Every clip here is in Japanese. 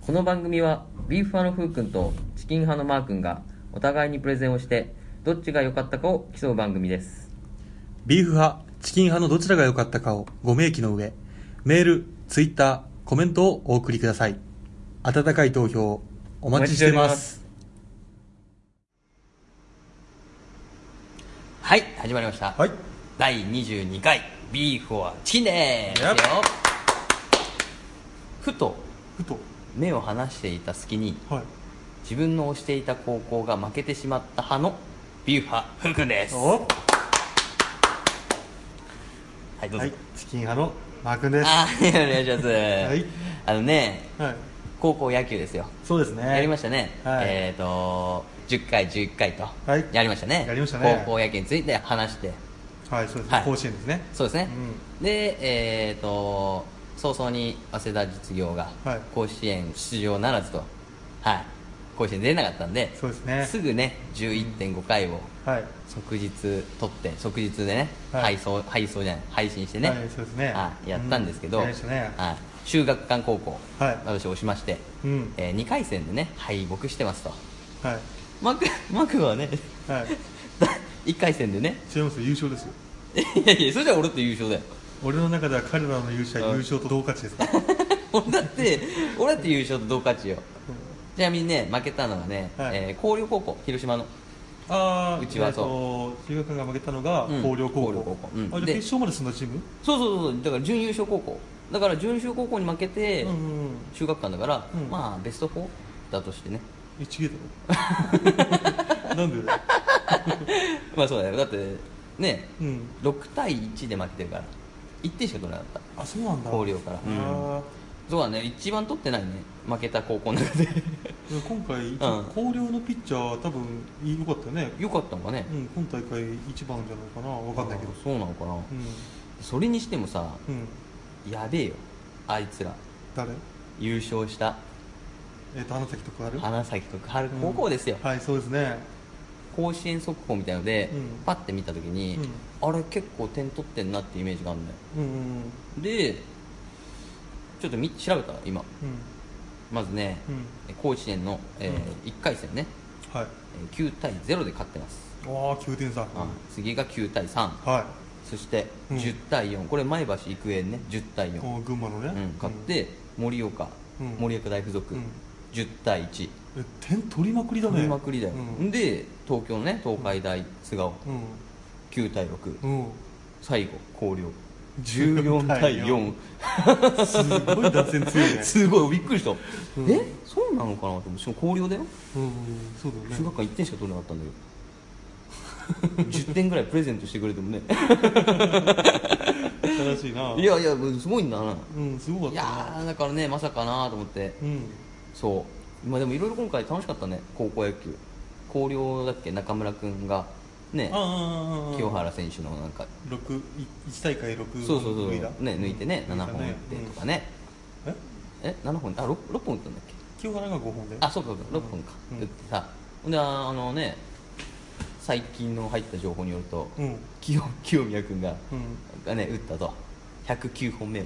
この番組はビーフ派のふうくんとチキン派のまーくんがお互いにプレゼンをしてどっちが良かったかを競う番組ですビーフ派、チキン派のどちらが良かったかをご明記の上、メール、ツイッター、コメントをお送りください。温かい投票、お待ちしています。はい始まりました、はい。第22回ビーフォアチキンですよ Yep ふとふと、目を離していた隙にはい。自分の推していた高校が負けてしまった派のビーフ派ふうくんですはおいどうぞ、はい、チキン派のマー君です。あーお願いします、いあのねはい。高校野球ですよそうですね。やりましたね、はいえっ、と10回11回とはいやりましたね,、やりましたね高校野球について話してはい、そうですね。はい甲子園ですね。そうですね、でえっ、と早々に早稲田実業がはい甲子園出場ならずと、はい甲子園出れなかったんでそうですねすぐね11.5回をはい。即日撮って即日でね、はい配送配送じゃない配信してね、はいそうですねはいやったんですけど、うんやりましたねはい中学館高校、はい私押しまして、うんえ2回戦でね敗北してますとはい。マクマクはねはい。 1回戦でね違いますよ、優勝ですよ。いやいやそれじゃ俺って優勝 だよ俺の中では彼らの優勝ははい優勝と同価値 ですから。俺だって俺だって優勝と同価値よちなみにね負けたのはね、はいえー広陵高校広島のああ、うちはそうう。中学館が負けたのが、うん広陵高広陵校高校うん。あ、じゃあで決勝まで進んだチームそうそうそうだから準優勝高校だから準優勝高校に負けて、うんうんうん。中学間だから、うんまあベスト4だとしてね え、ちげえだろ。なんでだよ。まあそうだよだってね、うん。 6対1で負けてるから1点しか取れなかったあ、そうなんだ。広陵からうんあーそうだね一番取ってないね負けた高校の中で でも今回、ん広陵のピッチャー、多分良かったよね、よかったのかねうん、今大会一番じゃないかな、分かんないけど、そうなのかな、うそれにしてもさん、うん、やべえよあいつら誰優勝したえっ、と、花咲徳栄花咲徳栄高校ですよ、うんはい、そうですね、甲子園速報みたいので、うんパッて見た時に、あれ結構点取ってんなってイメージがあるんだようん、うん、うん、でちょっとみ調べたら今まずね、うん、甲子園の、えーうん1回戦ねはい、えー9対0で勝ってます、わあ、9点差、あ次が9対3はそしてうん10対4これ前橋育英ね10対い、 4、お群馬のね、うん、勝っ、て盛岡、うん盛岡大附属、うん10対1え点取りまくりだね、取りまくりだよ、うん、で東京のね東海大菅生う9対6、ん、最後広陵14 14対対4 4うん、すごい打線強い ね、すごいびっくりした、うんえそうなのかなと思ってしかも広陵だようん、うんそうだ中よ学、ね館1点しか取れなかったんだけど 10点ぐらいプレゼントしてくれてもね正しいな、い、やいやすごいんだなうん、すごかっいたやな、ーだからねまさかなと思ってうん、そうまあでもいろいろ今回楽しかったね高校野球広陵だっけ中村君がねああ、清原選手のなんか六い一大会六そうそうそう塁打ね抜いてねうん7本打っ抜ていたねとかねうんええ7本あ 6, 6本打ったんだっけ清原が五本であそうかそうか6本か、うん打ってさほんでああのね最近の入った情報によると、うんうん清清宮君が,、がね打ったと109本目を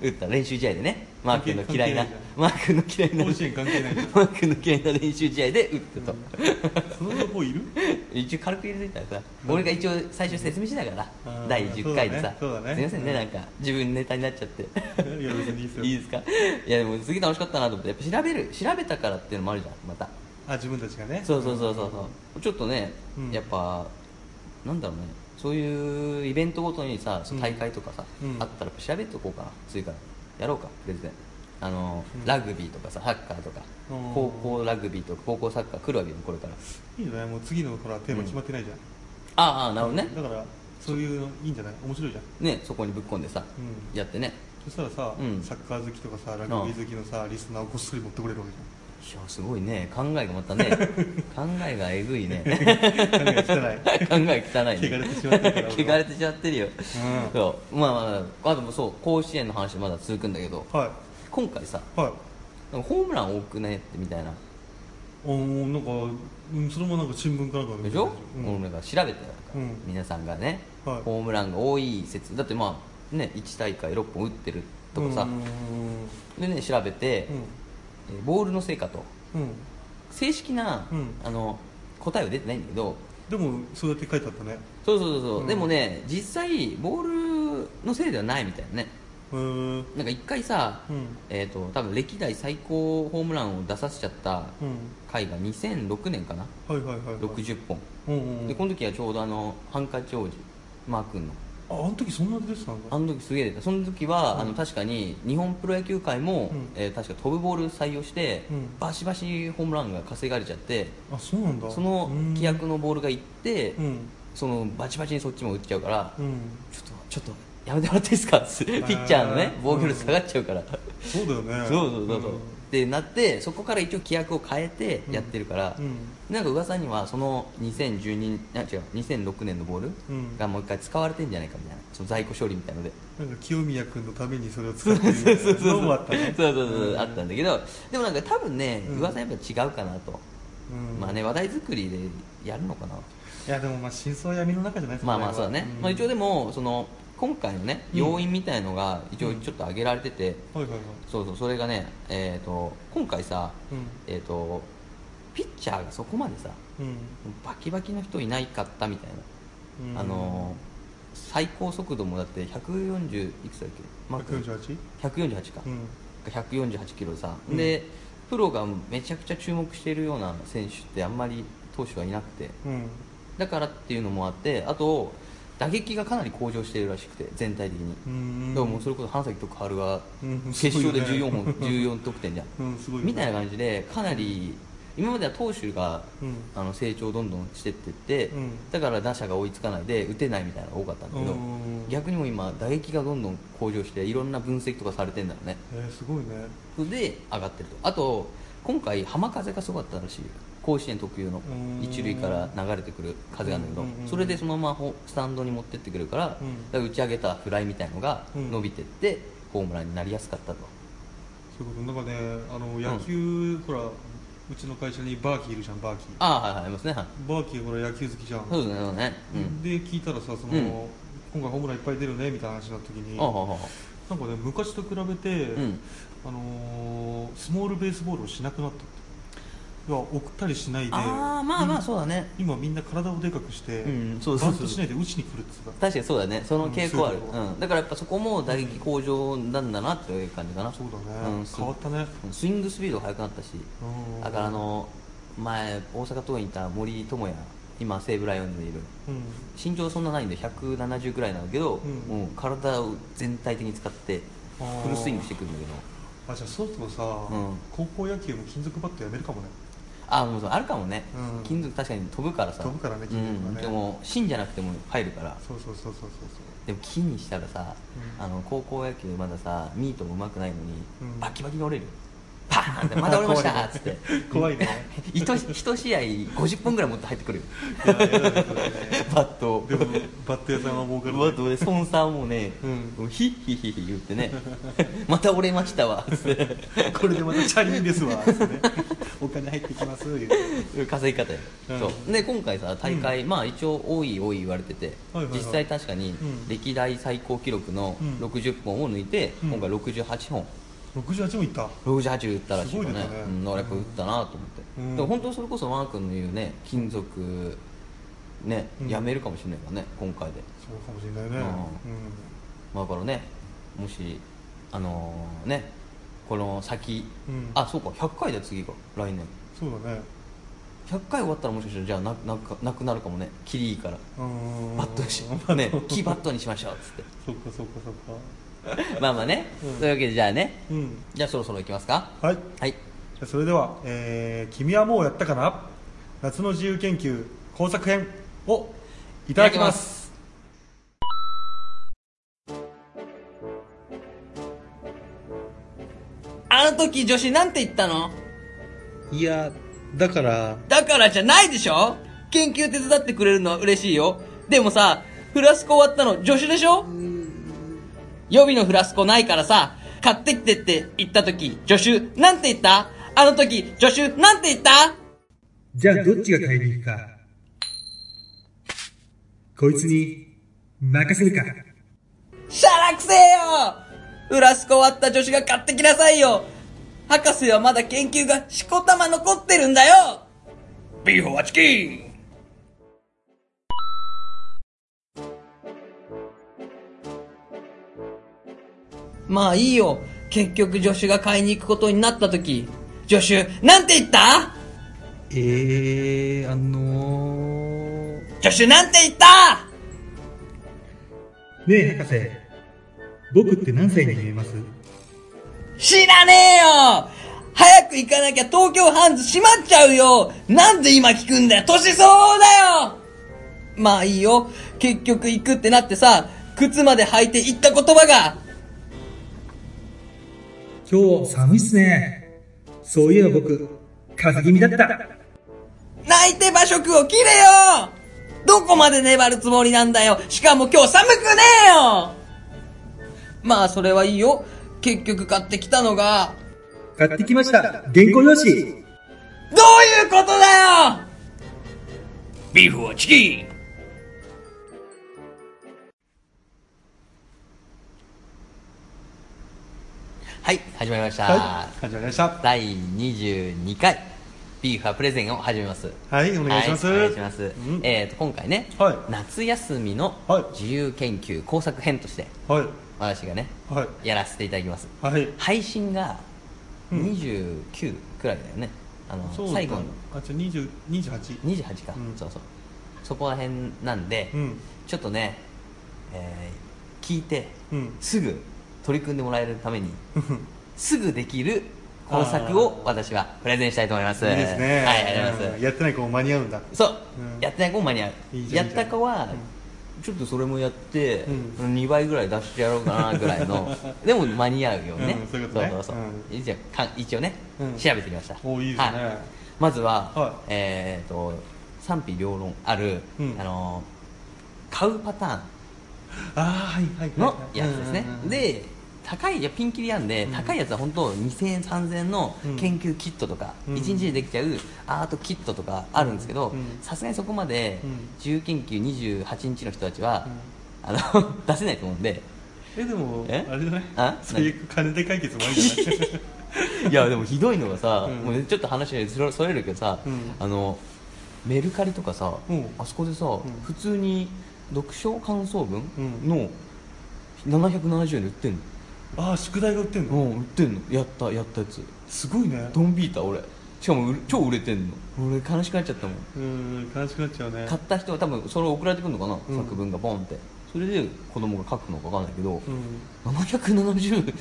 打った練習試合でねマー君の嫌いな関係ないマー君の嫌いな甲子園関係ないじゃんマー君の嫌いな練習試合で打ったと、その方いる 一応軽く入れといたらさ、俺が一応最初説明しながら、うん第10回でさ、そうだねそうだねすいませんね、うんなんか自分ネタになっちゃっていや別にいいですよいいですかいやでもすげえ楽しかったなと思ってやっぱ調べる調べたからっていうのもあるじゃんまたあ自分たちがねそうそうそうそうそうちょっとね、うんやっぱなんだろうねそういうイベントごとにさそううん大会とかさ、うんあったら調べておこうかな次からやろうかプレゼンあの、うんラグビーとかさサッカーとかうん高校ラグビーとか高校サッカー来るわけよこれからいいねもう次のほらテーマ決まってないじゃんああなるほどねだからそういうのいいんじゃない面白いじゃんねそこにぶっ込んでさ、うんやってねそしたらさうんサッカー好きとかさラグビー好きのさリスナーをこっそり持ってこれるわけいやすごいね考えがま たね考えがえぐいねじゃん金が汚い考え汚いね汚れてしまってるから俺は汚れてしまってるよ、んそうまあまああともうそう甲子園の話まだ続くんだけどは今回さいはいなんかホームラン多くねってみたいなおーなんかうんそれもなんか新聞かなんかでで見したょ、うん俺が調べたよ、うん皆さんがね、はいホームランが多い説だってまあね1大会6本打ってるとかさ、うんうんうんうんでね調べて、うんえーボールの成果とうん正式な、うんあの答えは出てないんだけどでもそうやって書いてあったねそうそうそうそう、うんでもね実際ボールのせいではないみたいなねへーなんか一回さ、うんえっ、と多分歴代最高ホームランを出させちゃったうん回が2006年かなはいはいはい、はい、 60本、うんうんうでんこの時はちょうどあのハンカチ王子マー君のああの時そんな出てたんだあの時すげえ出たその時は、あの確かに日本プロ野球界も、うんえー確か飛ぶボール採用して、うんバシバシホームランが稼がれちゃってあそうなんだそのうん規約のボールがいって、うんそのバチバチにそっちも打っちゃうから、うんちょっとちょっとやめてもらっていいですか っつってーピッチャーのね防御率下がっちゃうから、そうだよねそうそうそうそう、ってなってそこから一応規約を変えてやってるから、うんなんか噂にはその2012あ違う2006年のボールうんがもう一回使われてんじゃないかみたいなその在庫処理みたいのでうん、なんか清宮君のためにそれを使ってるのもあった ねそうそうそう、あったんだけどでもなんか多分ねうん噂やっぱ違うかなと、うんまあね話題作りでやるのかな、いやでもまあ真相は闇の中じゃないですまあまあそうだね、まあ、一応でももその今回のねうん要因みたいのが一応ちょっと挙げられてて、はいはいはいそうそうそれがねえっ、と今回さうえっ、とピッチャーがそこまでさんうんバキバキの人いないかったみたいな、うんあのー最高速度もだって140いくつだっけマックス 148? 148か、うん148キロさ、うんでプロがめちゃくちゃ注目しているような選手ってあんまり投手はいなくてうんだからっていうのもあってあと打撃がかなり向上しているらしくて全体的に、うんでももうそれこそ花咲徳栄がうん決勝ですごいよ14ね本、14得点じゃんうんすごいよねみたいな感じでかなり今までは投手が、うんあの成長をどんどんしてってって、うんだから打者が追いつかないで打てないみたいなのが多かったんだけど、うん逆にもう今打撃がどんどん向上していろんな分析とかされてんだろうねえー、すごいねそれで上がってるとあと今回浜風がすごかったらしいよ甲子園特有のうん一塁から流れてくる風があるんだけど、うんうんうんうんそれでそのままほスタンドに持ってってくるから,、うん打ち上げたフライみたいのがうん伸びてって、ホームランになりやすかったとそういうことなんかねあの野球、ほらうちの会社にバーキーいるじゃんバーキーああはいはいありますねはいバーキーほら野球好きじゃんそうですねそうですねうんで聞いたらさその、うん今回ホームランいっぱい出るねみたいな話になった時にああはあはあなんかね昔と比べて、うんあのースモールベースボールをしなくなったって要は送ったりしないでああまあまあそうだね今みんな体をでかくして、うんそうそうそうバントしないで打ちに来るって言ってた確かにそうだねその傾向ある、うんそういううとこんだからやっぱそこも打撃向上なんだなっていう感じかな、そうだね、うん変わったね、スイングスピードが速くなったし、うんだからあの前大阪桐蔭にいた森友哉今西武ライオンズにいるうん身長そんなないんで170ぐらいなんだけど、うんもう体を全体的に使ってあーフルスイングしてくるんだけどあじゃあそろそろさ、うん高校野球も金属バットやめるかもねあもうそうあるかもね、うん金属確かに飛ぶからさ飛ぶからね金属がねうん、でも芯じゃなくても入るからそうそうそうそうそうでも金にしたらさ、うんあの高校野球まださミートもうまくないのに、うんバキバキに折れるよパーンってまた折れましたっつって 怖いね 一一試合50本ぐらい持って入ってくるよそういややだねそれね バットをでもバット屋さんは儲かる、バットでスポンサーもね、うヒッヒッヒッヒッ言ってね また折れましたわっつ ってこれでまたチャリンですわ、つってね、お金入ってきます言うて稼ぎ方よ、うんそうで今回さ大会、まあ一応多い多い言われてて、はいはいはい実際確かにうん歴代最高記録のうん60本を抜いて、うん今回68本68もいった68打ったらしいよすごねいですねうん、だからやっぱ打ったなと思って、うんでも本当それこそマー君の言うね金属ね、うんやめるかもしれないからね今回で、そうかもしれないね、まあ、だからねもしあのーねこの先、うんあそうか100回だよ次が来年うん、そうだね100回終わったらもしかしたらじゃあななくなくなるかもねキリいいからうんバットに しね木バットにしましょうっつってそっかそっかそっかまあまあね、うんというわけでじゃあねうんじゃあそろそろいきますかはいじはいゃあそれでは、えー「君はもうやったかな夏の自由研究工作編」をいただきますあの時女子なんて言ったのいやだからだからじゃないでしょ研究手伝ってくれるのは嬉しいよ。でもさ、フラスコ終わったの助手でしょ予備のフラスコないからさ、買ってきてって言った時、助手なんて言ったあの時、助手なんて言ったじゃあどっちが買いに行くかこいつに任せるかしゃらくせえよフラスコ終わった女子が買ってきなさいよ博士はまだ研究がしこたま残ってるんだよビーフォはチキンまあいいよ。結局助手が買いに行くことになった時、助手、なんて言ったえー、あのー、助手なんて言ったねえ博士僕って何歳に見えます知らねえよ早く行かなきゃ東京ハンズ閉まっちゃうよなんで今聞くんだよ年相応だよまあいいよ。結局行くってなってさ、靴まで履いて行った言葉が、今日寒いっすね。そういえば僕、風邪気味だった。泣いて馬食を切れよどこまで粘るつもりなんだよしかも今日寒くねえよまあそれはいいよ。結局買ってきたのが、買ってきました。原稿用ど紙。ういうことだよビーフはチキンはい、始まりました。はい始まりました第22回、ビーフはプレゼンを始めます。はいお願いします、はい、お願いします、うんえー、と今回ね、はい夏休みのはい自由研究工作編としてはい私がねはいやらせていただきますはい配信が29くらいだよね、あそうのだ最後のあじゃあ20 28 28か、うんそうそうそこら辺なんで、うんちょっとね、えー聞いて、うんすぐ取り組んでもらえるためにうんすぐできる工作を私はプレゼンしたいと思いますいいですねはいありがとうございますうんやってない子も間に合うんだそう、うんやってない子も間に合ういいじゃやんった子は、ちょっとそれもやって、う2倍ぐらい出してやろうかなぐらい のでも間に合うよね、うんそういうことねそうそうそうじゃあかん一応ね、うん調べてきましたおいいですねはいまずは、はえっ、と賛否両論ある、うんあの買うパターンああはいはいはのいやつですね、うんうんうんで高いいやピンキリなんで、うん高いやつは本当2000円3000円のうん研究キットとか、うん1日でできちゃうアートキットとかあるんですけどうんさすがにそこまでうん自由研究28日の人たちは、あの 出せないと思うんでえでもえあれじゃないあそういう金で解決もあるじゃないいやでもひどいのがさ、うんもうちょっと話それそれるけどさ、うんあのメルカリとかさ、うんあそこでさ、ん普通に読書感想文うんの770円で売ってんの、 ああ宿題が売ってんうのん、売ってんのやったやったやつすごいねドンビータ俺しかもう超売れてんの俺悲しくなっちゃったもんうん悲しくなっちゃうね買った人は多分それ送られてくるのかな、うん作文がボンってそれで子供が書くのか分かんないけど、うん77040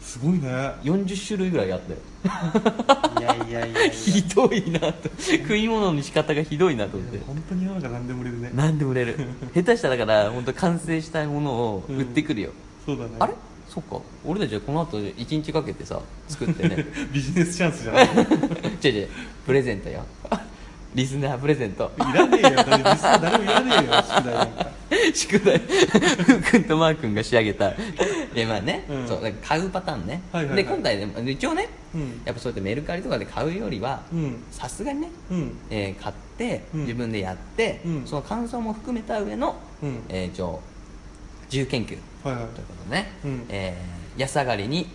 すごいね種類ぐらいあったよいやいやいやいやひどいなと食い物の仕方がひどいなと思って本当に世の中何でも売れるねなんで売れる下手したらだから本当完成したいものを売ってくるよ、そうだねあれそっか俺たちはこの後一日かけてさ作ってね ビジネスチャンスじゃないい違う違うプレゼントよリスナープレゼントらねえよだって実際誰もいらねえよ宿題なんか宿題ふうくんとまーくんが仕上げたいやまあね、うんそうだから買うパターンね、はいはいはいで今回ね一応ね、うんやっぱそうやってメルカリとかで買うよりはうんさすがにね、うんえー買って、うん自分でやって、うんその感想も含めた上の、うんえー一応自由研究はいはいということでね、うんえー安上がりに、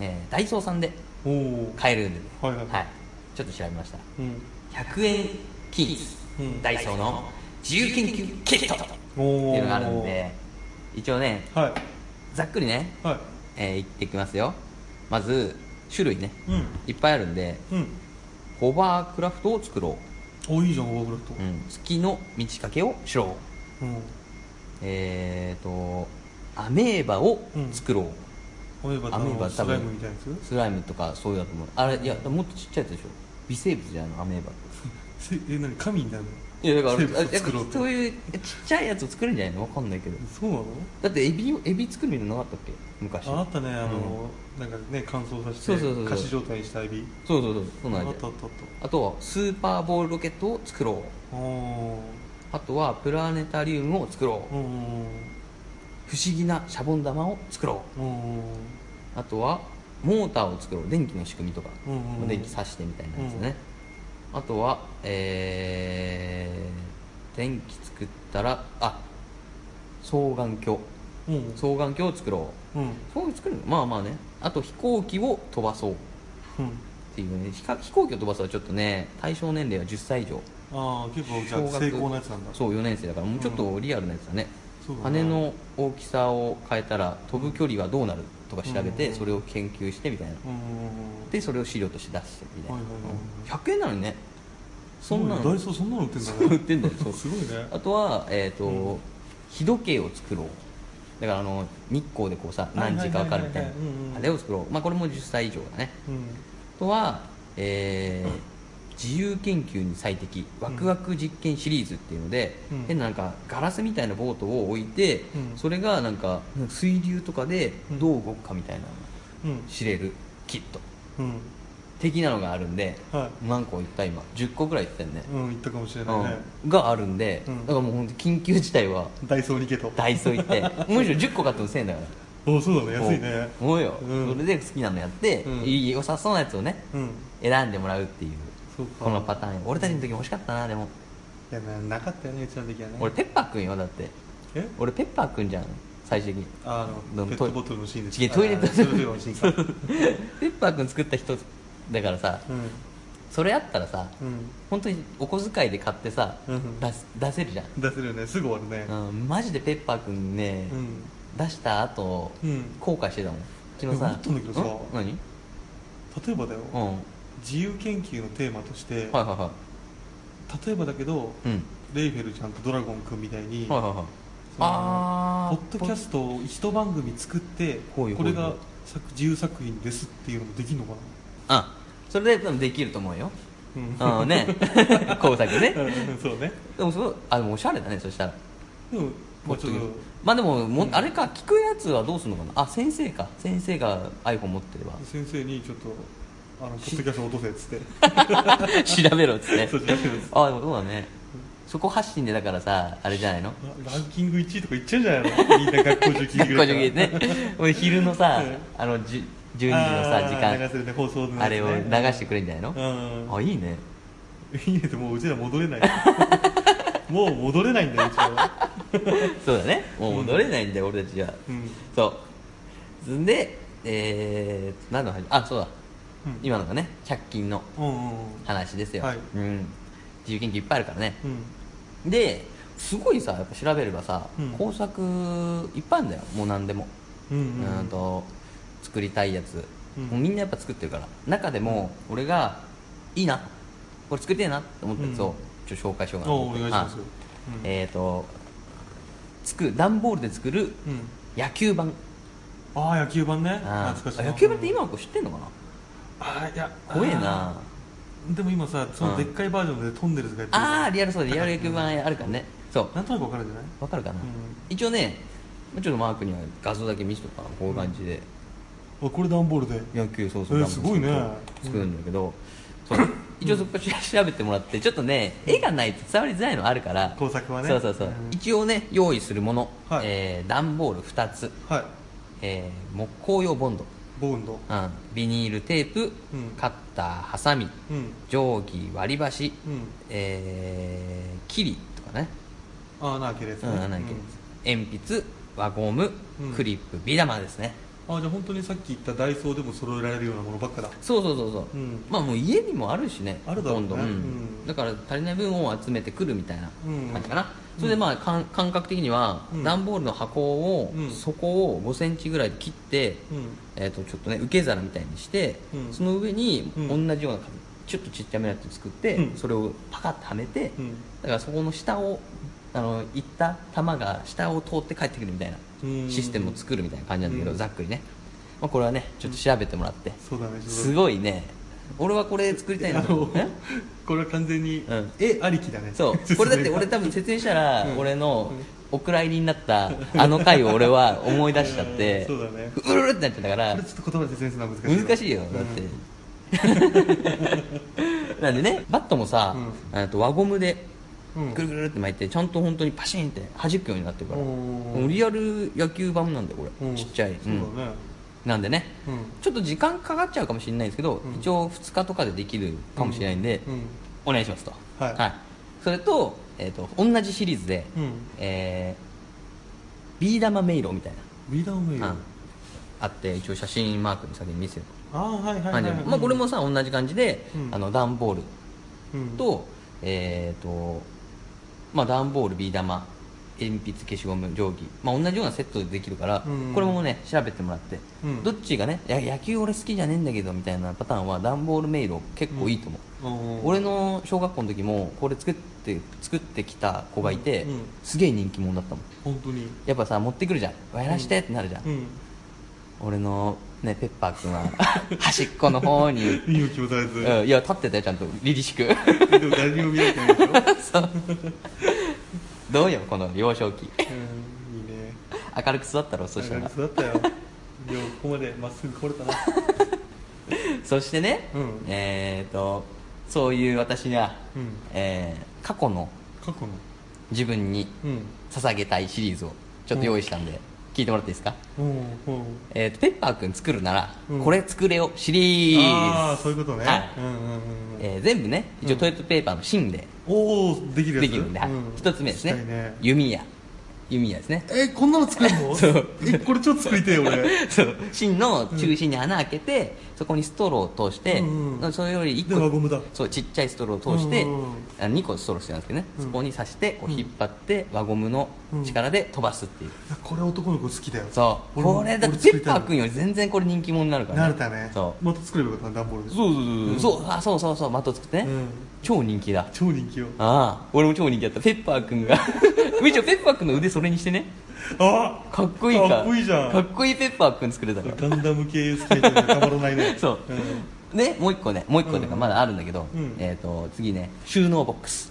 えーダイソーさんでおお買えるんでね、はいはいちょっと調べましたうん100円均一、うんダイソーの自由研究キットっておおいうのがあるんで一応ねはいざっくりね、はいえー、いってきますよまず種類ね、うんいっぱいあるんでうんホバークラフトを作ろおいいじゃんオーバークラう、うん、月の満ち欠けをしろうフトうんえーとアメーバを作ろう、アメーバとあアメーバの多ス分ライムみたいなやつスライムとかそういうだと思うあれいやもっとちっちゃいやつでしょ微生物じゃないのアメーバってせえ何神になるのい やだから生物を作ろうあとそういうちっちゃいやつを作るんじゃないのわかんないけどそうなのだってエビエビ作るみたいなのなかったっけ昔ああったねあうんの、なんかね乾燥させてそうそうそうそう仮死状態にしたエビそうそうそうそうなんあだったあったあっあとはスーパーボールロケットを作ろうたおあとはプラネタリウムを作ろーうう、ん不思議なシャボン玉を作ろうんうんうあとはモーターを作ろう電気の仕組みとか、うんうん電気挿してみたいなやつね、あとはえー、電気作ったらあ双眼鏡うん双眼鏡を作ろうんうそういう作るのまあまあねあと飛行機を飛ばそううんていうね飛行飛行機を飛ばすはちょっとね対象年齢は10歳以上ああ結構じゃ小あ学成功なやつなんだそう4年生だからもうちょっとリアルなやつだね、そうだな羽の大きさを変えたら飛ぶ距離はどうなるとか調べて、うんそれを研究してみたいなうんうんうんでそれを資料として出してみたいな、はいはいは100円なのにねそんなのすごいねダイソーそんなの売ってん だ売ってんだよそうすごいねあとは、えーとうん日時計を作ろうだからあの日光でこうさはいはい何時か分かるみたいなはいはいはいうんうんあれを作ろう、まあ、これも10歳以上だねうんあとは、えー自由研究に最適ワクワク実験シリーズっていうので、うん変ななんかガラスみたいなボートを置いて、うんそれがなんか水流とかでうんどう動くかみたいなのうんを知れるキットうん的なのがあるんで、は何個いった今10個ぐらいいったよねい、うん言ったかもしれないねうんがあるんで、うだんからもう本当緊急事態はダイソーに行けとダイソー行って むしろ10個買っても1000円だからおそうだね安いねもうよ、うんそれで好きなのやって、うんいい良さそうなやつをねうん選んでもらうっていうそうかこのパターン俺たちの時欲しかったなでもいやななかったよねうちの時はね俺ペッパーくんよだってえ俺ペッパーくんじゃん最終的 にあでのもペットボトルのシーンです違うトイレあートイレのシーンかペッパーくん作った人だからさうんそれあったらさうん本当にお小遣いで買ってさ、うん出す出せるじゃん出せるよねすぐ終わるねうん、マジでペッパーくんね、うん出した後、うん後悔してたもんうちいや思ったんだけどさん何うん例えばだよはい自由研究のテーマとしてはいは例えばだけどいうんレイフェルちゃんとドラゴンくんみたいにはいはいはいそのあーポッドキャストを一番組作ってほこいほいほいれが作自由作品ですっていうのもできるのかなあそれで多分できると思う ようんあの ね工作ねうん そうねでもすごいあでもおしゃれだねそしたらでもまあちょっポッドキとャストまあでもも、うんあれか聞くやつはどうするのかなあ先生か先生が iPhone 持 ってれば先生にちょっとあのポッドキャスト落とせっつって 調べろっつってそう調べろっつってあでもそうだねそこ発信でだからさあれじゃないのあランキング1位とかいっちゃうんじゃ ないのみんな学校中聞い て学くれた校ら中にね 俺昼のさうんあのじゅ12時のさ時あー流間せるね放送のやつねあれを流してくれるんじゃないのうんあいいねいいねってもううちら戻 れないもう戻れないんだようちらはそうだねもう戻れないんだよ、俺たちはうん、そうんでえー、何の話あそうだ、うん今のがね100均のうんうんうん話ですよ、はいうん自由研究いっぱいあるからねうんですごいさやっぱ調べればさ、うん工作いっぱいあるんだよもう何でもうんううんーんと作りたいやつ、うんもうみんなやっぱ作ってるから中でも俺がいいなこれ作りたいなって思ったやつうをんちょっと紹介しようかなとおお思って願いしますよはうんいえっ、ー、とつく段ボールで作るうん野球盤ああ野球盤ねあ懐かしいあな野球盤って今の子知ってんのかなああいや怖えなあでも今さそのでっかいバージョンでトンネルズがやってるからあーリアルそうでリアル野球盤あるからねそうなんとなくわかるんじゃないわかるかな、うん一応ねちょっとマークには画像だけ見せとくからこういう感じであこれ段ボールで野球そうえそうーすごいね作るんだけど、そう一応そこから調べてもらってちょっとね絵がないと伝わりづらいのあるから工作はねそうそうそう、うん一応ね用意するもの、はいえー段ボール2つ、はいえー木工用ボンド、ボウンドうん、ビニールテープ、うんカッターハサミうん定規割り箸、うんえー、キリとかね、ああなあけるやつうねんなんだっけ鉛筆輪ゴム、うんクリップビダマですねうんあじゃあ本当にさっき言ったダイソーでも揃えられるようなものばっかだそうそうそうそう、うんまあもう家にもあるしねあるだろうねどんどん、うんだから足りない分を集めてくるみたいなうん感じかな、それでまあかん感覚的にはうん段ボールの箱を、うん底を5センチぐらいで切って、うんえー、とちょっとね受け皿みたいにして、うんその上にう同んじような形ちょっとちっちゃめのやつ作って、うんそれをパカッとはめて、うんだからそこの下をあの行った球が下を通って帰ってくるみたいなうんシステムを作るみたいな感じなんだけど、うんざっくりね、まあ、これはねちょっと調べてもらって、そうだねすいごいね俺はこれ作りたいなあと思のってこれは完全にうん絵ありきだねそう これだって俺多分説明したら、うん俺のお蔵入りになったあの回を俺は思い出しちゃってうん そうだねうるるってなっちゃったかこられちょっと言葉で説明するのは難しい難しいよだって、うん なんでねバットもさ、うえっと輪ゴムでうんくるくるって巻いてちゃんと本当にパシンって弾くようになってるからおーもうリアル野球盤なんだよこれ、うんちっちゃい、そううんだねなんでね、うんちょっと時間かかっちゃうかもしれないですけど、うん一応2日とかでできるかもしれないんで、うんうんお願いしますと、はいそれと,、えー、と同じシリーズで、うんえービー玉迷路みたいビーダーメイな、ルうんあって一応写真マークに先に見せるああはいはいはアい、ニはいメまあ、これもさ同じ感じで、うんあの段ボールうんと,、えーとまあ、段ボールビー玉鉛筆消しゴム定規、まあ、同じようなセットでできるから、うんこれもね調べてもらって、うんどっちがねいや野球俺好きじゃねえんだけどみたいなパターンは段ボール迷路結構いいと思う、うん俺の小学校の時もこれ作って作ってきた子がいて、うんうんすげえ人気者だったもん本当にやっぱさ持ってくるじゃん「やらして」ってなるじゃん、うん俺の、ね、ペッパー君は 端っこの方に、いいよ気持ち悪いやうん、いや立ってたよちゃんと凛々しく つでも誰にも見られてな いでしょ、うん、いどうよこの幼少期いね明るく育ったろそしたらそうだったよようここまでまっすぐ来れたなそしてね、うんえっ、とそういう私が、うんえー過去の過去の自分にうん捧げたいシリーズをちょっと用意したんで、聞いてもらっていいですか、うんうんえー、とペッパーくん作るなら、うんこれ作れよシリああーズ、そういうことね、はいうんうんうんうんえー全部ね一応トイレットペーパーの芯でおおできるやつできるんで、はい一つ目ですねしたい弓矢弓矢ですねえこんなの作るのそうえこれ超作りてえ俺 そう芯の中心に穴開けて、そこにストローを通して、うんうんそれより1で輪ゴムだ個そうちっちゃいストローを通して、うんうんあの2個ストローしてたんですけどね、うんそこに刺してこう引っ張って、輪ゴムの力で飛ばすっていう、これ男の子好きだよそう俺もこれだっ俺てペ作ッりたいパーくんより全然これ人気者になるから、慣れたねそうまた作ればよかったな段ボールでそうそうそうそう,、あそうそうそうマット作ってね、うん超人気だ超人気よああ俺も超人気だったペッパーくん がむしろペッパーくんの腕それにしてねあかっこいいからかっこいいじゃんかっこいいペッパーくん作れたからガンダム系好きな人にはたまらないね そう、でもう一個ねもう一個というかうんまだあるんだけど、うんえっ、と次ね収納ボックス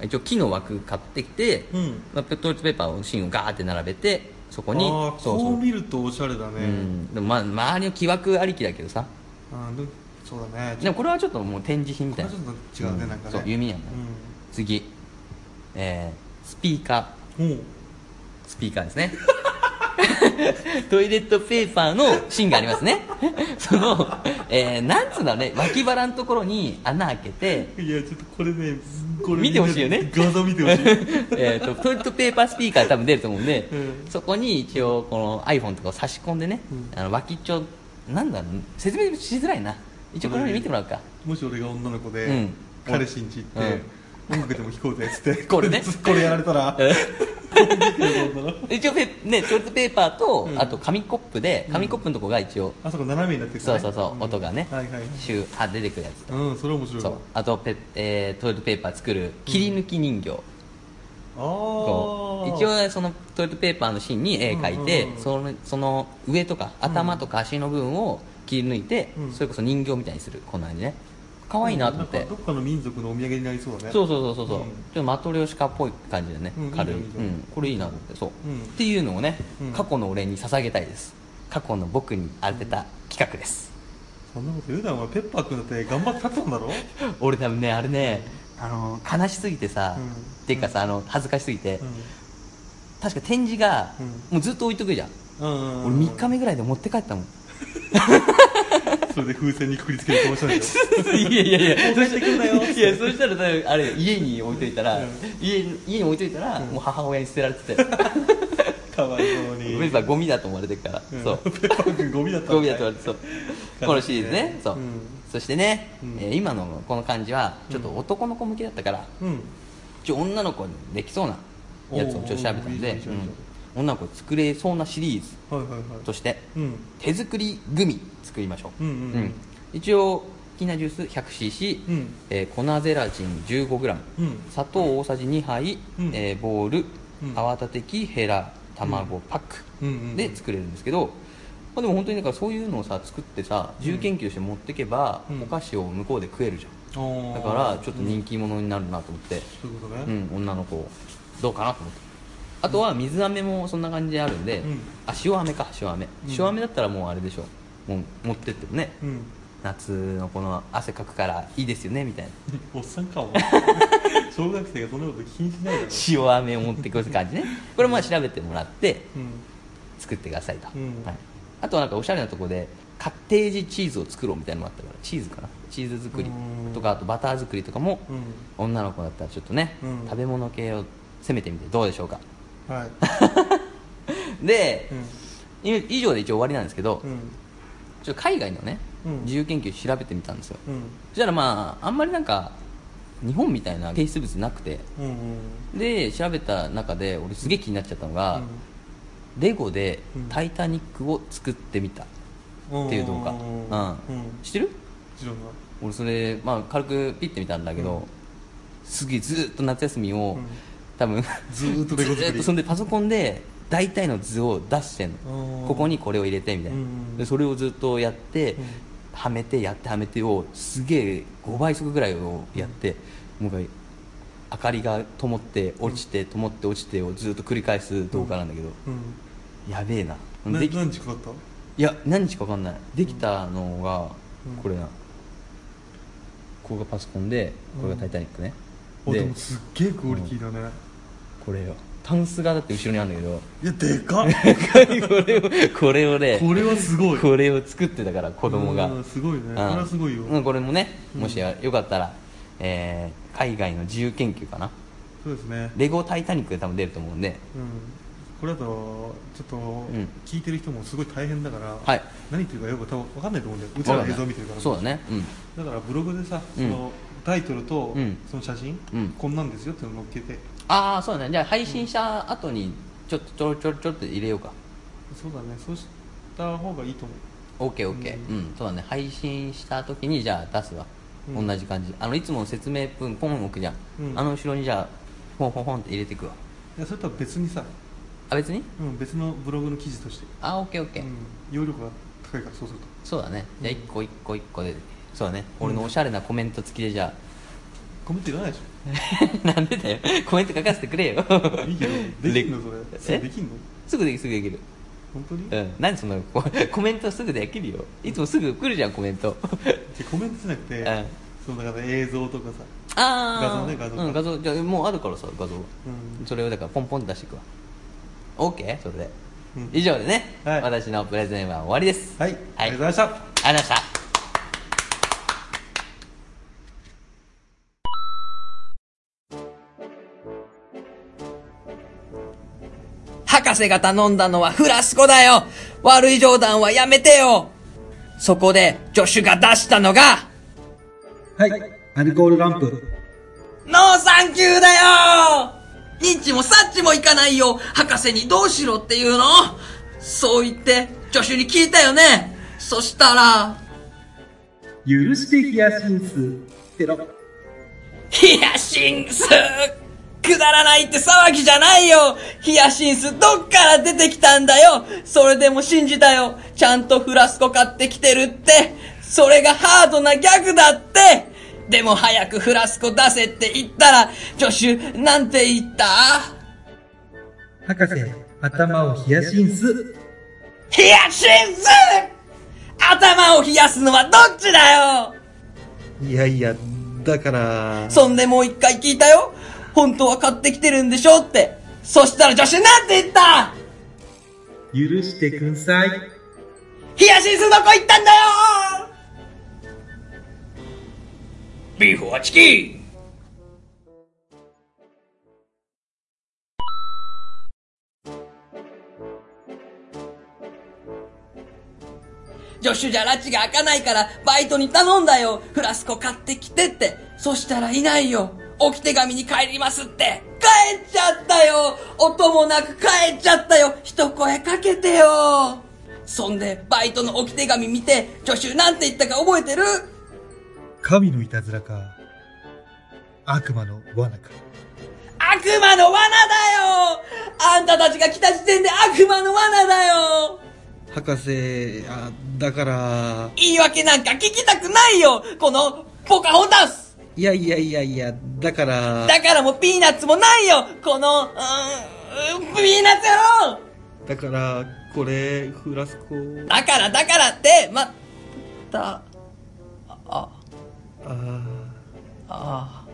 一応木の枠買ってきて、うんまあ、トイレットペーパーを芯をガーって並べてそこうんにあーそうそこうう見るとおしゃれだうねんでもまあ周りの木枠ありきだけどさあーでもそうだねでもこれはちょっともう展示品みたいなこれはちょっと違うねなんかねそう弓やん、次えースピーカーうんもうスピーカーですね トイレットペーパーの芯がありますね その、えーなんつうのね脇腹のところに穴開けていやちょっとこれねこれ見てほしいよね画像見てほしい えーとトイレットペーパースピーカー多分出ると思うんで、うんそこに一応この iPhone とかを差し込んでね、あの脇っちょなんだろう説明しづらいな一応これ見てもらうか、もし俺が女の子で、うん彼氏んち行って、音楽でも聴こうぜっつって これね これやられ たら一応ペねトイレットペーパーと、うんあと紙コップで紙コップのとこが一応、 あそこ斜めになってるかそらうねそうそう、音がね、はいはいシューあ出てくるやつうんそれ面白いそうわあとペ、えートイレットペーパー作る切り抜き人形、あこうー一応そのトイレットペーパーの芯に絵描いて、うんうんうんそのその上とか頭とか足の部分を切り抜いて、うんそれこそ人形みたいにするこんな感じね可愛いなと思って、んかどっかの民族のお土産になりそうだねそううそうそうそう、うちょうんっとマトリョーシカっぽい感じでね、うん軽いいいねいいねうん、これいいなと思ってそう、うんっていうのをね、うん過去の俺に捧げたいです過去の僕に当てた企画です、そんなこと言うなお前ペッパー君だって頑張って立ってたんだろ俺多分ねあれねあの悲しすぎてさ、うんっていうかさあの恥ずかしすぎて、う確か展示が、うんもうずっと置いとくじゃん、んうん俺3日目ぐらいで持って帰ったもんそれで風船にくくりつけるかもし れないでしょいやい やいやもう帰ってくんなよいやそしたらだいぶあれ家に置いといたら、うん家に家に置いといたら、もう母親に捨てられててかわいそうに別にさゴミだと思われてるから、うん そうペッパー君ゴミだったんだゴミだと言われてそうこのシリーズねそう、うんそしてね、うんえー今のこの感じはちょっと男の子向けだったから、うん一応女の子にできそうなやつをちょっと調べたんおーでいいじゃんいいじゃんいいじうん女の子に作れそうなシリーズはいはいはいとしてうん手作りグミ作りましょう,、うんうんうん一応キナジュース 100cc、うんえー粉ゼラチン 15g、うん砂糖大さじ2杯、うんえーボール、うん泡立て器ヘラ卵パック、うんうんうんで作れるんですけど、まあ、でも本当にだからそういうのをさ作ってさ自由研究して持ってけば、うんお菓子を向こうで食えるじゃん、おだーからちょっと人気者になるなと思って、そういうことうねん、女の子どうかなと思ってあとは水飴もそんな感じであるんで、うんあ塩飴か塩飴うん塩飴だったらもうあれでしょもう持ってってもねうん夏のこの汗かくからいいですよねみたいなおっさんか も小学生がそんなこと気にしないだろ塩飴を持ってくる感じ ねこれまあ調べてもらってうん作ってくださいと、うんはい、あとはなんかおしゃれなとこでカッテージチーズを作ろうみたいなのもあったからチーズかなチーズ作りとかあとバター作りとかもう女の子だったらちょっとね、うん食べ物系を攻めてみてどうでしょうかんはいで、うんい以上で一応終わりなんですけど、うんちちょっと海外のね、うん自由研究調べてみたんですよ、うんそしたらまああんまりなんか日本みたいな提出物なくてうんで調べた中で俺すげえ気になっちゃったのうが、んレゴでうん「タイタニック」を作ってみたっうんていう動画、ううんんうん知ってる知らない俺それ、まあ、軽くピッて見たんだけど、うんすげえずーっと夏休みを、うん多分ずーっとレゴ作り ずーっそんでパソコンで大体の図を出してんうんのここにこれを入れてみたいな、うんでそれをずっとやって、んはめてやってはめてをすげえ5倍速ぐらいをやって、もう一回明かりが灯って落ちて灯って落ちてをずっと繰り返す動画なんだけど、うやべえな、んなでき何時かかったいや何日か分かんないできたのがうんこれな、ここがパソコンでこれが「タイタニックね」おででもすっげえクオリティだ ねこれよタンスがだって後ろにあるんだけど いやでかっこれをこれをねこれはすごいこれを作ってたから子供がうんすごいねうこんれはすごいようんこれもねうんもしやよかったら、えー海外の自由研究かなそうですねレゴ「タイタニック」で多分出ると思うんでうんこれだとちょっとん聞いてる人もすごい大変だからはい何言ってるかよく多分わかんないと思うんだようちらの映像見てるからそうだねうんだからブログでさそうんのタイトルとうんその写真うんこんなんですよっていうのを載っけてああそうだねじゃあ配信した後にちょっとちょろちょろちょろって入れようかそうだねそうした方がいいと思う OKOK、OK ううんそうだね配信した時にじゃあ出すわ、うん同じ感じあのいつもの説明文ポン置くじゃん、うんあの後ろにじゃあポンポンポンって入れていくわいやそれとは別にさあ別にうん別のブログの記事としてあ OKOK、うん容量が高いからそうするとそうだねじゃあ一個一個一個でそうだね俺のおしゃれなコメント付きでじゃコメントいらないでしあ、 なんでだよコメント書かせてくれよょいいけ どできんのそれそれえできんのすぐできるすぐできる本当にうん 何そのこコメントすぐできるよいつもすぐ来るじゃんコメントでコメントじゃなくて、うんそのだから映像とかさ、ああ 画像ね画像うん、画像じゃあもうあるからさ画像うんそれをだからポンポンって出していくわ OK? それで、うん以上でね、はい私のプレゼンは終わりですはい、ありがとうございましたありがとうございました博士が頼んだのはフラスコだよ悪い冗談はやめてよそこで、助手が出したのが、はい、アルコールランプ。ノーサンキューだよニッチもサッチもいかないよ博士にどうしろっていうのそう言って、助手に聞いたよねそしたら、許してヒヤシンス。ペロ。ヒヤシンスくだらないって騒ぎじゃないよヒヤシンスどっから出てきたんだよそれでも信じたよちゃんとフラスコ買ってきてるってそれがハードなギャグだってでも早くフラスコ出せって言ったら、助手、なんて言った博士、頭をヒヤシンス。ヒヤシンス頭を冷やすのはどっちだよいやいやだからそんでもう一回聞いたよ本当は買ってきてるんでしょって。そしたら女子なんて言った許してくんさい。冷やしすどこ行ったんだよビーフはチキン助手じゃ拉致が開かないからバイトに頼んだよフラスコ買ってきてってそしたらいないよ置き手紙に帰りますって帰っちゃったよ音もなく帰っちゃったよ一声かけてよそんでバイトの置き手紙見て助手なんて言ったか覚えてる神のいたずらか、悪魔の罠か。悪魔の罠だよあんたたちが来た時点で悪魔の罠だよ博士あだから言い訳なんか聞きたくないよこのポカホンダンスいやいやいやいやだからだからもうピーナッツもないよこの、うーん、うーんピーナッツ野郎だからこれフラスコだからだからって、ま、た、あああ、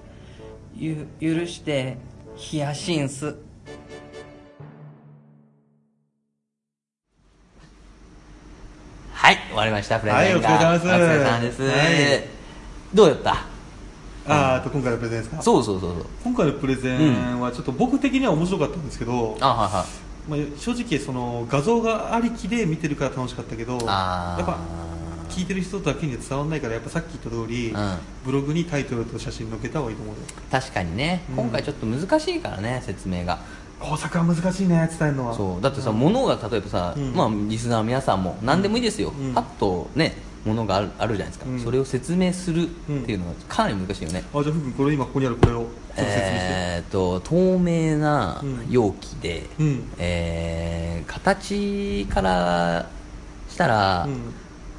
ゆ、許して、ヒヤシンス。はい終わりましたプレゼンが、はいお疲れ様ですお疲れ様です、はいどうだったーあーと今回のプレゼンですかそうそうそうそう今回のプレゼンはちょっと僕的には面白かったんですけど、あはいはいまあ、正直その画像がありきで見てるから楽しかったけどやっあーぱ聞いてる人だけには伝わらないからやっぱさっき言った通り、うんブログにタイトルと写真載っけた方がいいと思うよ確かにね、うん今回ちょっと難しいからね説明が工作は難しいね伝えるのはそうだってさ、物が例えばさ、うんまあ、リスナーの皆さんも何でもいいですよ、うんパッとね物があるあるじゃないですか、うんそれを説明するっていうのはかなり難しいよね、あじゃあふうくんこれ今ここにあるこれをちょっと説明して、えーっと透明な容器で、うんえー形からしたら、うん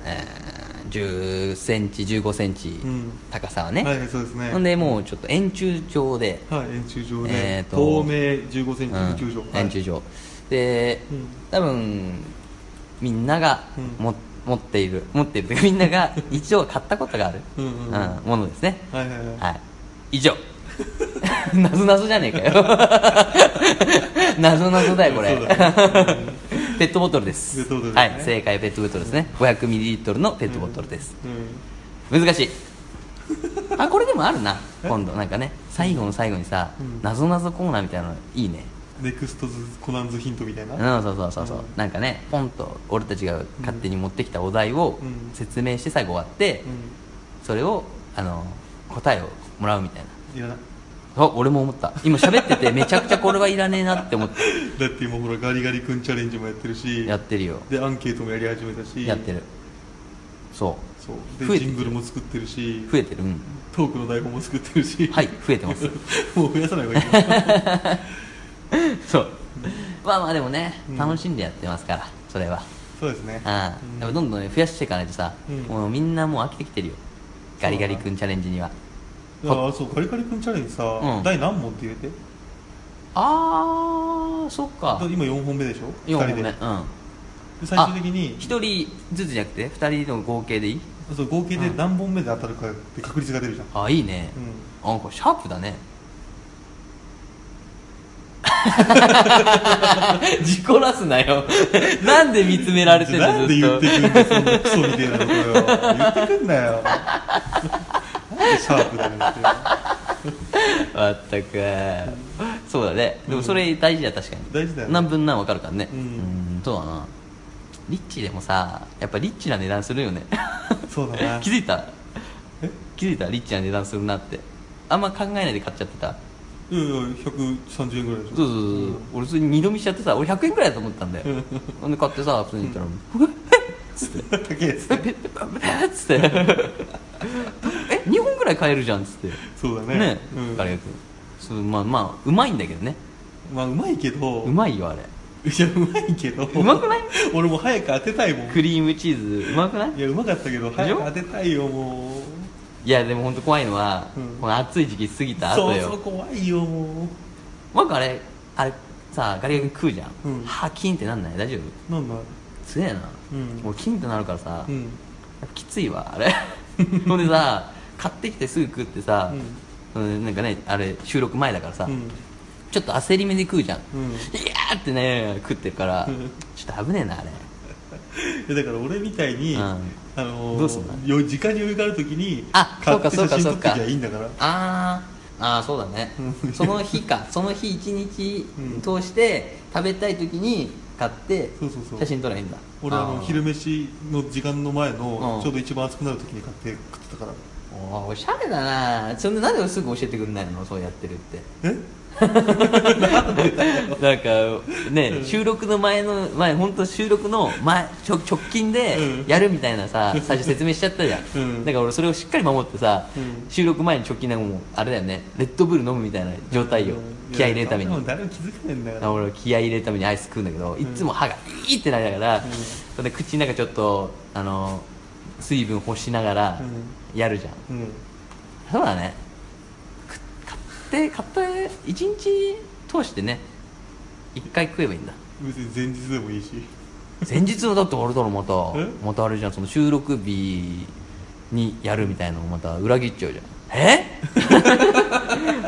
えー10センチ15センチ、うん高さはね、はいそうですねほんでもうちょっと円柱状で、はい円柱状で、えーと透明1 5センチうん円柱状、はい円柱状で、うん多分みんながうんも、持っている持っているというか みんなが一応買ったことがあるうんうんうんものですねはいはいはいはい以上 なぞなぞじゃねえかよ なぞなぞだよこれそうだね ペットボトルですペットボトルはですねい正解はペットボトルですね 500ml のペットボトルです、う難しいあこれでもあるな今度なんかね最後の最後にさ、うんなぞなぞコーナーみたいなのいいねんネクストズコナンズヒントみたいな、うん、そうそうそうそう、うんなんかねポンと俺たちが勝手に持ってきたお題をうん説明して最後終わって、うそれをあの答えをもらうみたいなんいらないあ俺も思った今喋っててめちゃくちゃこれはいらねえなって思ってだって今ほらガリガリ君チャレンジもやってるしやってるよでアンケートもやり始めたしやってるそそう増でえてジるングルも作ってるしう増えてるうんトークの台本も作ってるしはい増えてます もう増やさない方がいいかなそうまあまあでもね楽しんでやってますからそれはそうですねあうんあやっぱどんどんね増やしていかないとさ、うんもうみんなもう飽きてきてるよガリガリ君チャレンジにはああそうガリガリ君チャレンジさ、うん第何問って入れてああそっかだ今4本目でしょ4二本人目でうんで最終的に1人ずつじゃなくて2人の合計でいいそう合計で何本目で当たるかって確率が出るじゃん、あいいね、うあこれシャープだね 事故らすなよ なんで見つめられてん、るなんのでずっ言とってくんだよそんなクソみたいなことよ言ってくん なよなんでシャープだよってまったくそうだねでもそれ大事だ確かに大事だよね何分何分かるからねうんんそうだなリッチでもさやっぱリッチな値段するよねそうだな 気づいたえ気づいたリッチな値段するなってあんま考えないで買っちゃってたうんうん130円ぐらいでしょそうそうそう、俺それ二度見しちゃってさ俺100円ぐらいだと思ったんだよ うんほんで買ってさ普通に行ったらそう高いやつ「えっ?」っつって「え二2本ぐらい買えるじゃん」っつってそうだねねうんあれがそうまあまあうまいんだけどねまあうまいけどうまいよあれいやうまいけどうまくない俺もう早く当てたいもんクリームチーズうまくないいやうまかったけどしょ早く当てたいよもういやでも本当怖いのは、うんこの暑い時期過ぎた後そうよそう怖いよもうなんかあれあれさガリガリ君食うじゃん、うんはキンってなんない大丈夫なんだ強えな、うん俺キンってなるからさ、うやっんぱきついわあれ ほんでさ買ってきてすぐ食ってさ、うんなんかねあれ収録前だからさ、うんちょっと焦り目で食うじゃん、うんいやーってね食ってるから、うんちょっと危ねえなあれいやだから俺みたいに、うんあのー、どうすんのよ時間に余裕があるときにあ買ってそ写うか真そ撮うかそうかっときゃいいんだからあーあーそうだねうんその日 かその日一日うん通して食べたい時に買ってそうそうそう写真撮ればいいんだ俺あのー昼飯の時間の前の、うんちょうど一番暑くなるときに買って食ってたからおーおしゃれだなそんでなんですぐ教えてくんないのそうやってるってえ なんかね収録の前の前本当収録の前ちょ直近でうんやるみたいなさ最初説明しちゃったじゃん、うんだから俺それをしっかり守ってさ、うん収録前に直近なんかもうあれだよねレッドブル飲むみたいな状態よ、うん気合い入れるためいやに誰も気づかねえんだから俺気合い入れるためにアイス食うんだけどいつも歯がいいってなりながら、んそれで口の中ちょっとあの水分干しながらやるじゃん、うんそうだねく買って買って一日通してね一回食えばいいんだ別に前日でもいいし前日のだってあれだろまたえまたあれじゃんその収録日にやるみたいなのまた裏切っちゃうじゃんえ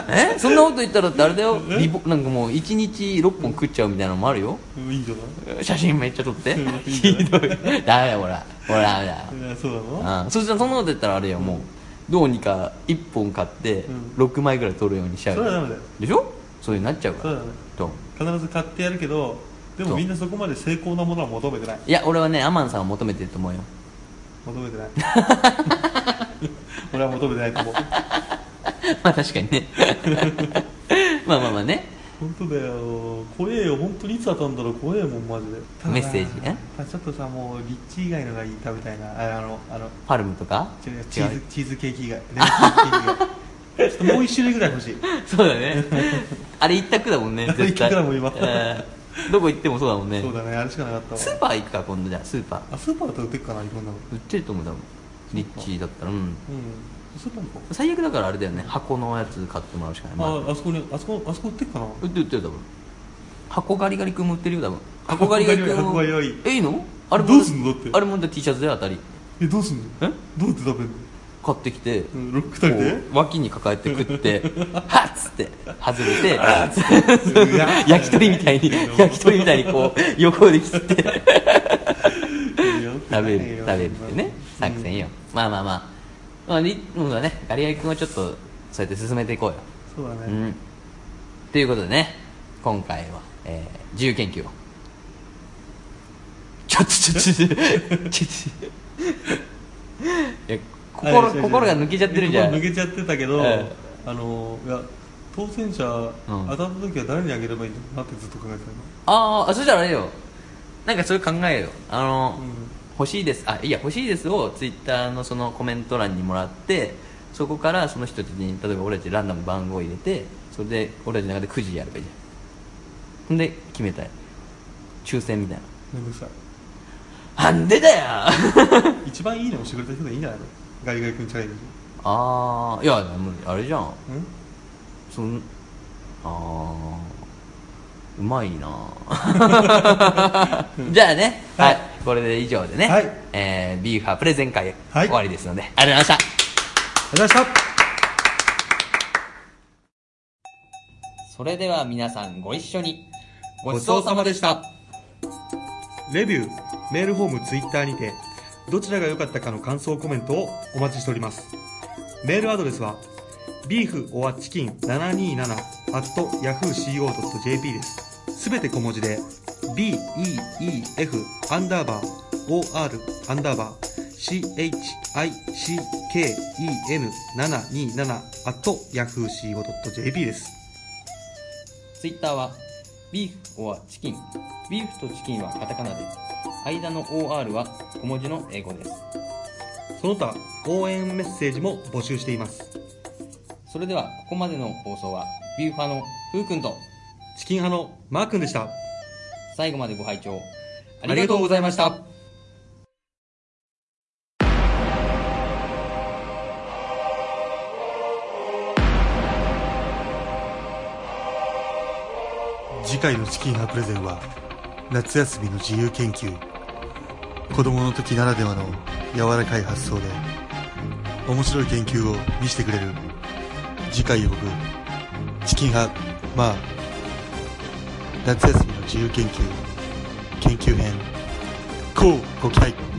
えそんなこと言ったらだってあれだよリボなんかもう1日6本食っちゃうみたいなのもあるようんいいんじゃ写真めっちゃ撮ってうんひどいダメだよほらほらダメだないいやそうなのうんそしたらそんなこと言ったらあれよもうどうにか1本買ってうん6枚ぐらい取るようにしちゃうそれはダメだよでしょそういうになっちゃうかそうらだねと必ず買ってやるけどでそもうみんなそこまで成功なものは求めてないいや俺はねアマンさんを求めてると思うよ 求めてない俺は求めてないと思うまあ確かにね まあまあまあね本当だよ怖えよ本当にいつ当たんだろう怖えもんマジでただなメッセージねただちょっとさもうリッチ以外のがいい食べたいなああのあのパルムとか違う違うチーズチーズケーキ以外レモンチーズケーキ以外ちょっともう一種類ぐらい欲しい そうだ ねあれ一択だもんねあれ絶対一択だもん今えーどこ行ってもそうだもんねそうだねあれしかなかったわスーパー行くか今度じゃあスーパーあスーパーだと売ってるかないろんなの売ってると思うだもんリッチーだったらうんうんスーパーの方最悪だからあれだよね箱のやつ買ってもらうしかない、まあ、ああそこにあそこあそこ売ってるかな売ってる売ってる多分箱ガリガリ君も売ってるよ多分箱ガリガリ君も箱ガリガリえいいのあれどうすんのだってあれもだって T シャツで当たりえどうすんのえどうやって食べるの買ってきて、うんロック二人でこう脇に抱えて食 って「はっ!」つって外れてうわ 焼き鳥みたいに焼き鳥みたいに こう横で切って食べる食べるってね作戦よ、まあまあまあまあリもうだねガリガリ君をちょっとそうやって進めていこうよそうだうねんということでね今回は、えー、自由研究をちょっとちょっとちょっといや心心が抜けちゃってるじゃん心抜けちゃってたけど、えあのいや当選者、当たった時は誰にあげればいいんだろうなってずっと考えてたのあーあそしたらあれよなんかそれ考えよあの、うん欲しいですあいや欲しいですをツイッターのそのコメント欄にもらってそこからその人たちに例えば俺たちランダム番号入れてそれで俺たちの中でくじやればいいじゃんほんで決めたい抽選みたいなめんどくさいなんでだよ一番いいねをしてくれた人でいいんじゃないのガリガリ君チャレンジ ああいやもうあれじゃんうんそんああうまい なじゃあねはい、これで以上でね、はいえービーファープレゼン会、はい終わりですのでありがとうございましたありがとうございましたそれでは皆さんご一緒に。ごちそうさまでした。レビュー、メールフォーム、ツイッターにて、どちらが良かったかの感想コメントをお待ちしております。メールアドレスは、beeforchicken727-yahooco.jp です。すべて小文字で、beef アンダーバー or アンダーバー chicken727-yahooco.jp です。ツイッターは、ビーフ or チキン。ビーフとチキンはカタカナで、間の OR は小文字の英語です。その他、応援メッセージも募集しています。それでは、ここまでの放送は、ビューファーのふうくんと、チキン派のマー君でした。最後までご拝聴ありがとうございました。次回のチキン派プレゼンは、夏休みの自由研究。子供の時ならではの柔らかい発想で、面白い研究を見せてくれる。次回予告、チキン派、まあ、夏休みの自由研究。研究編こうご期待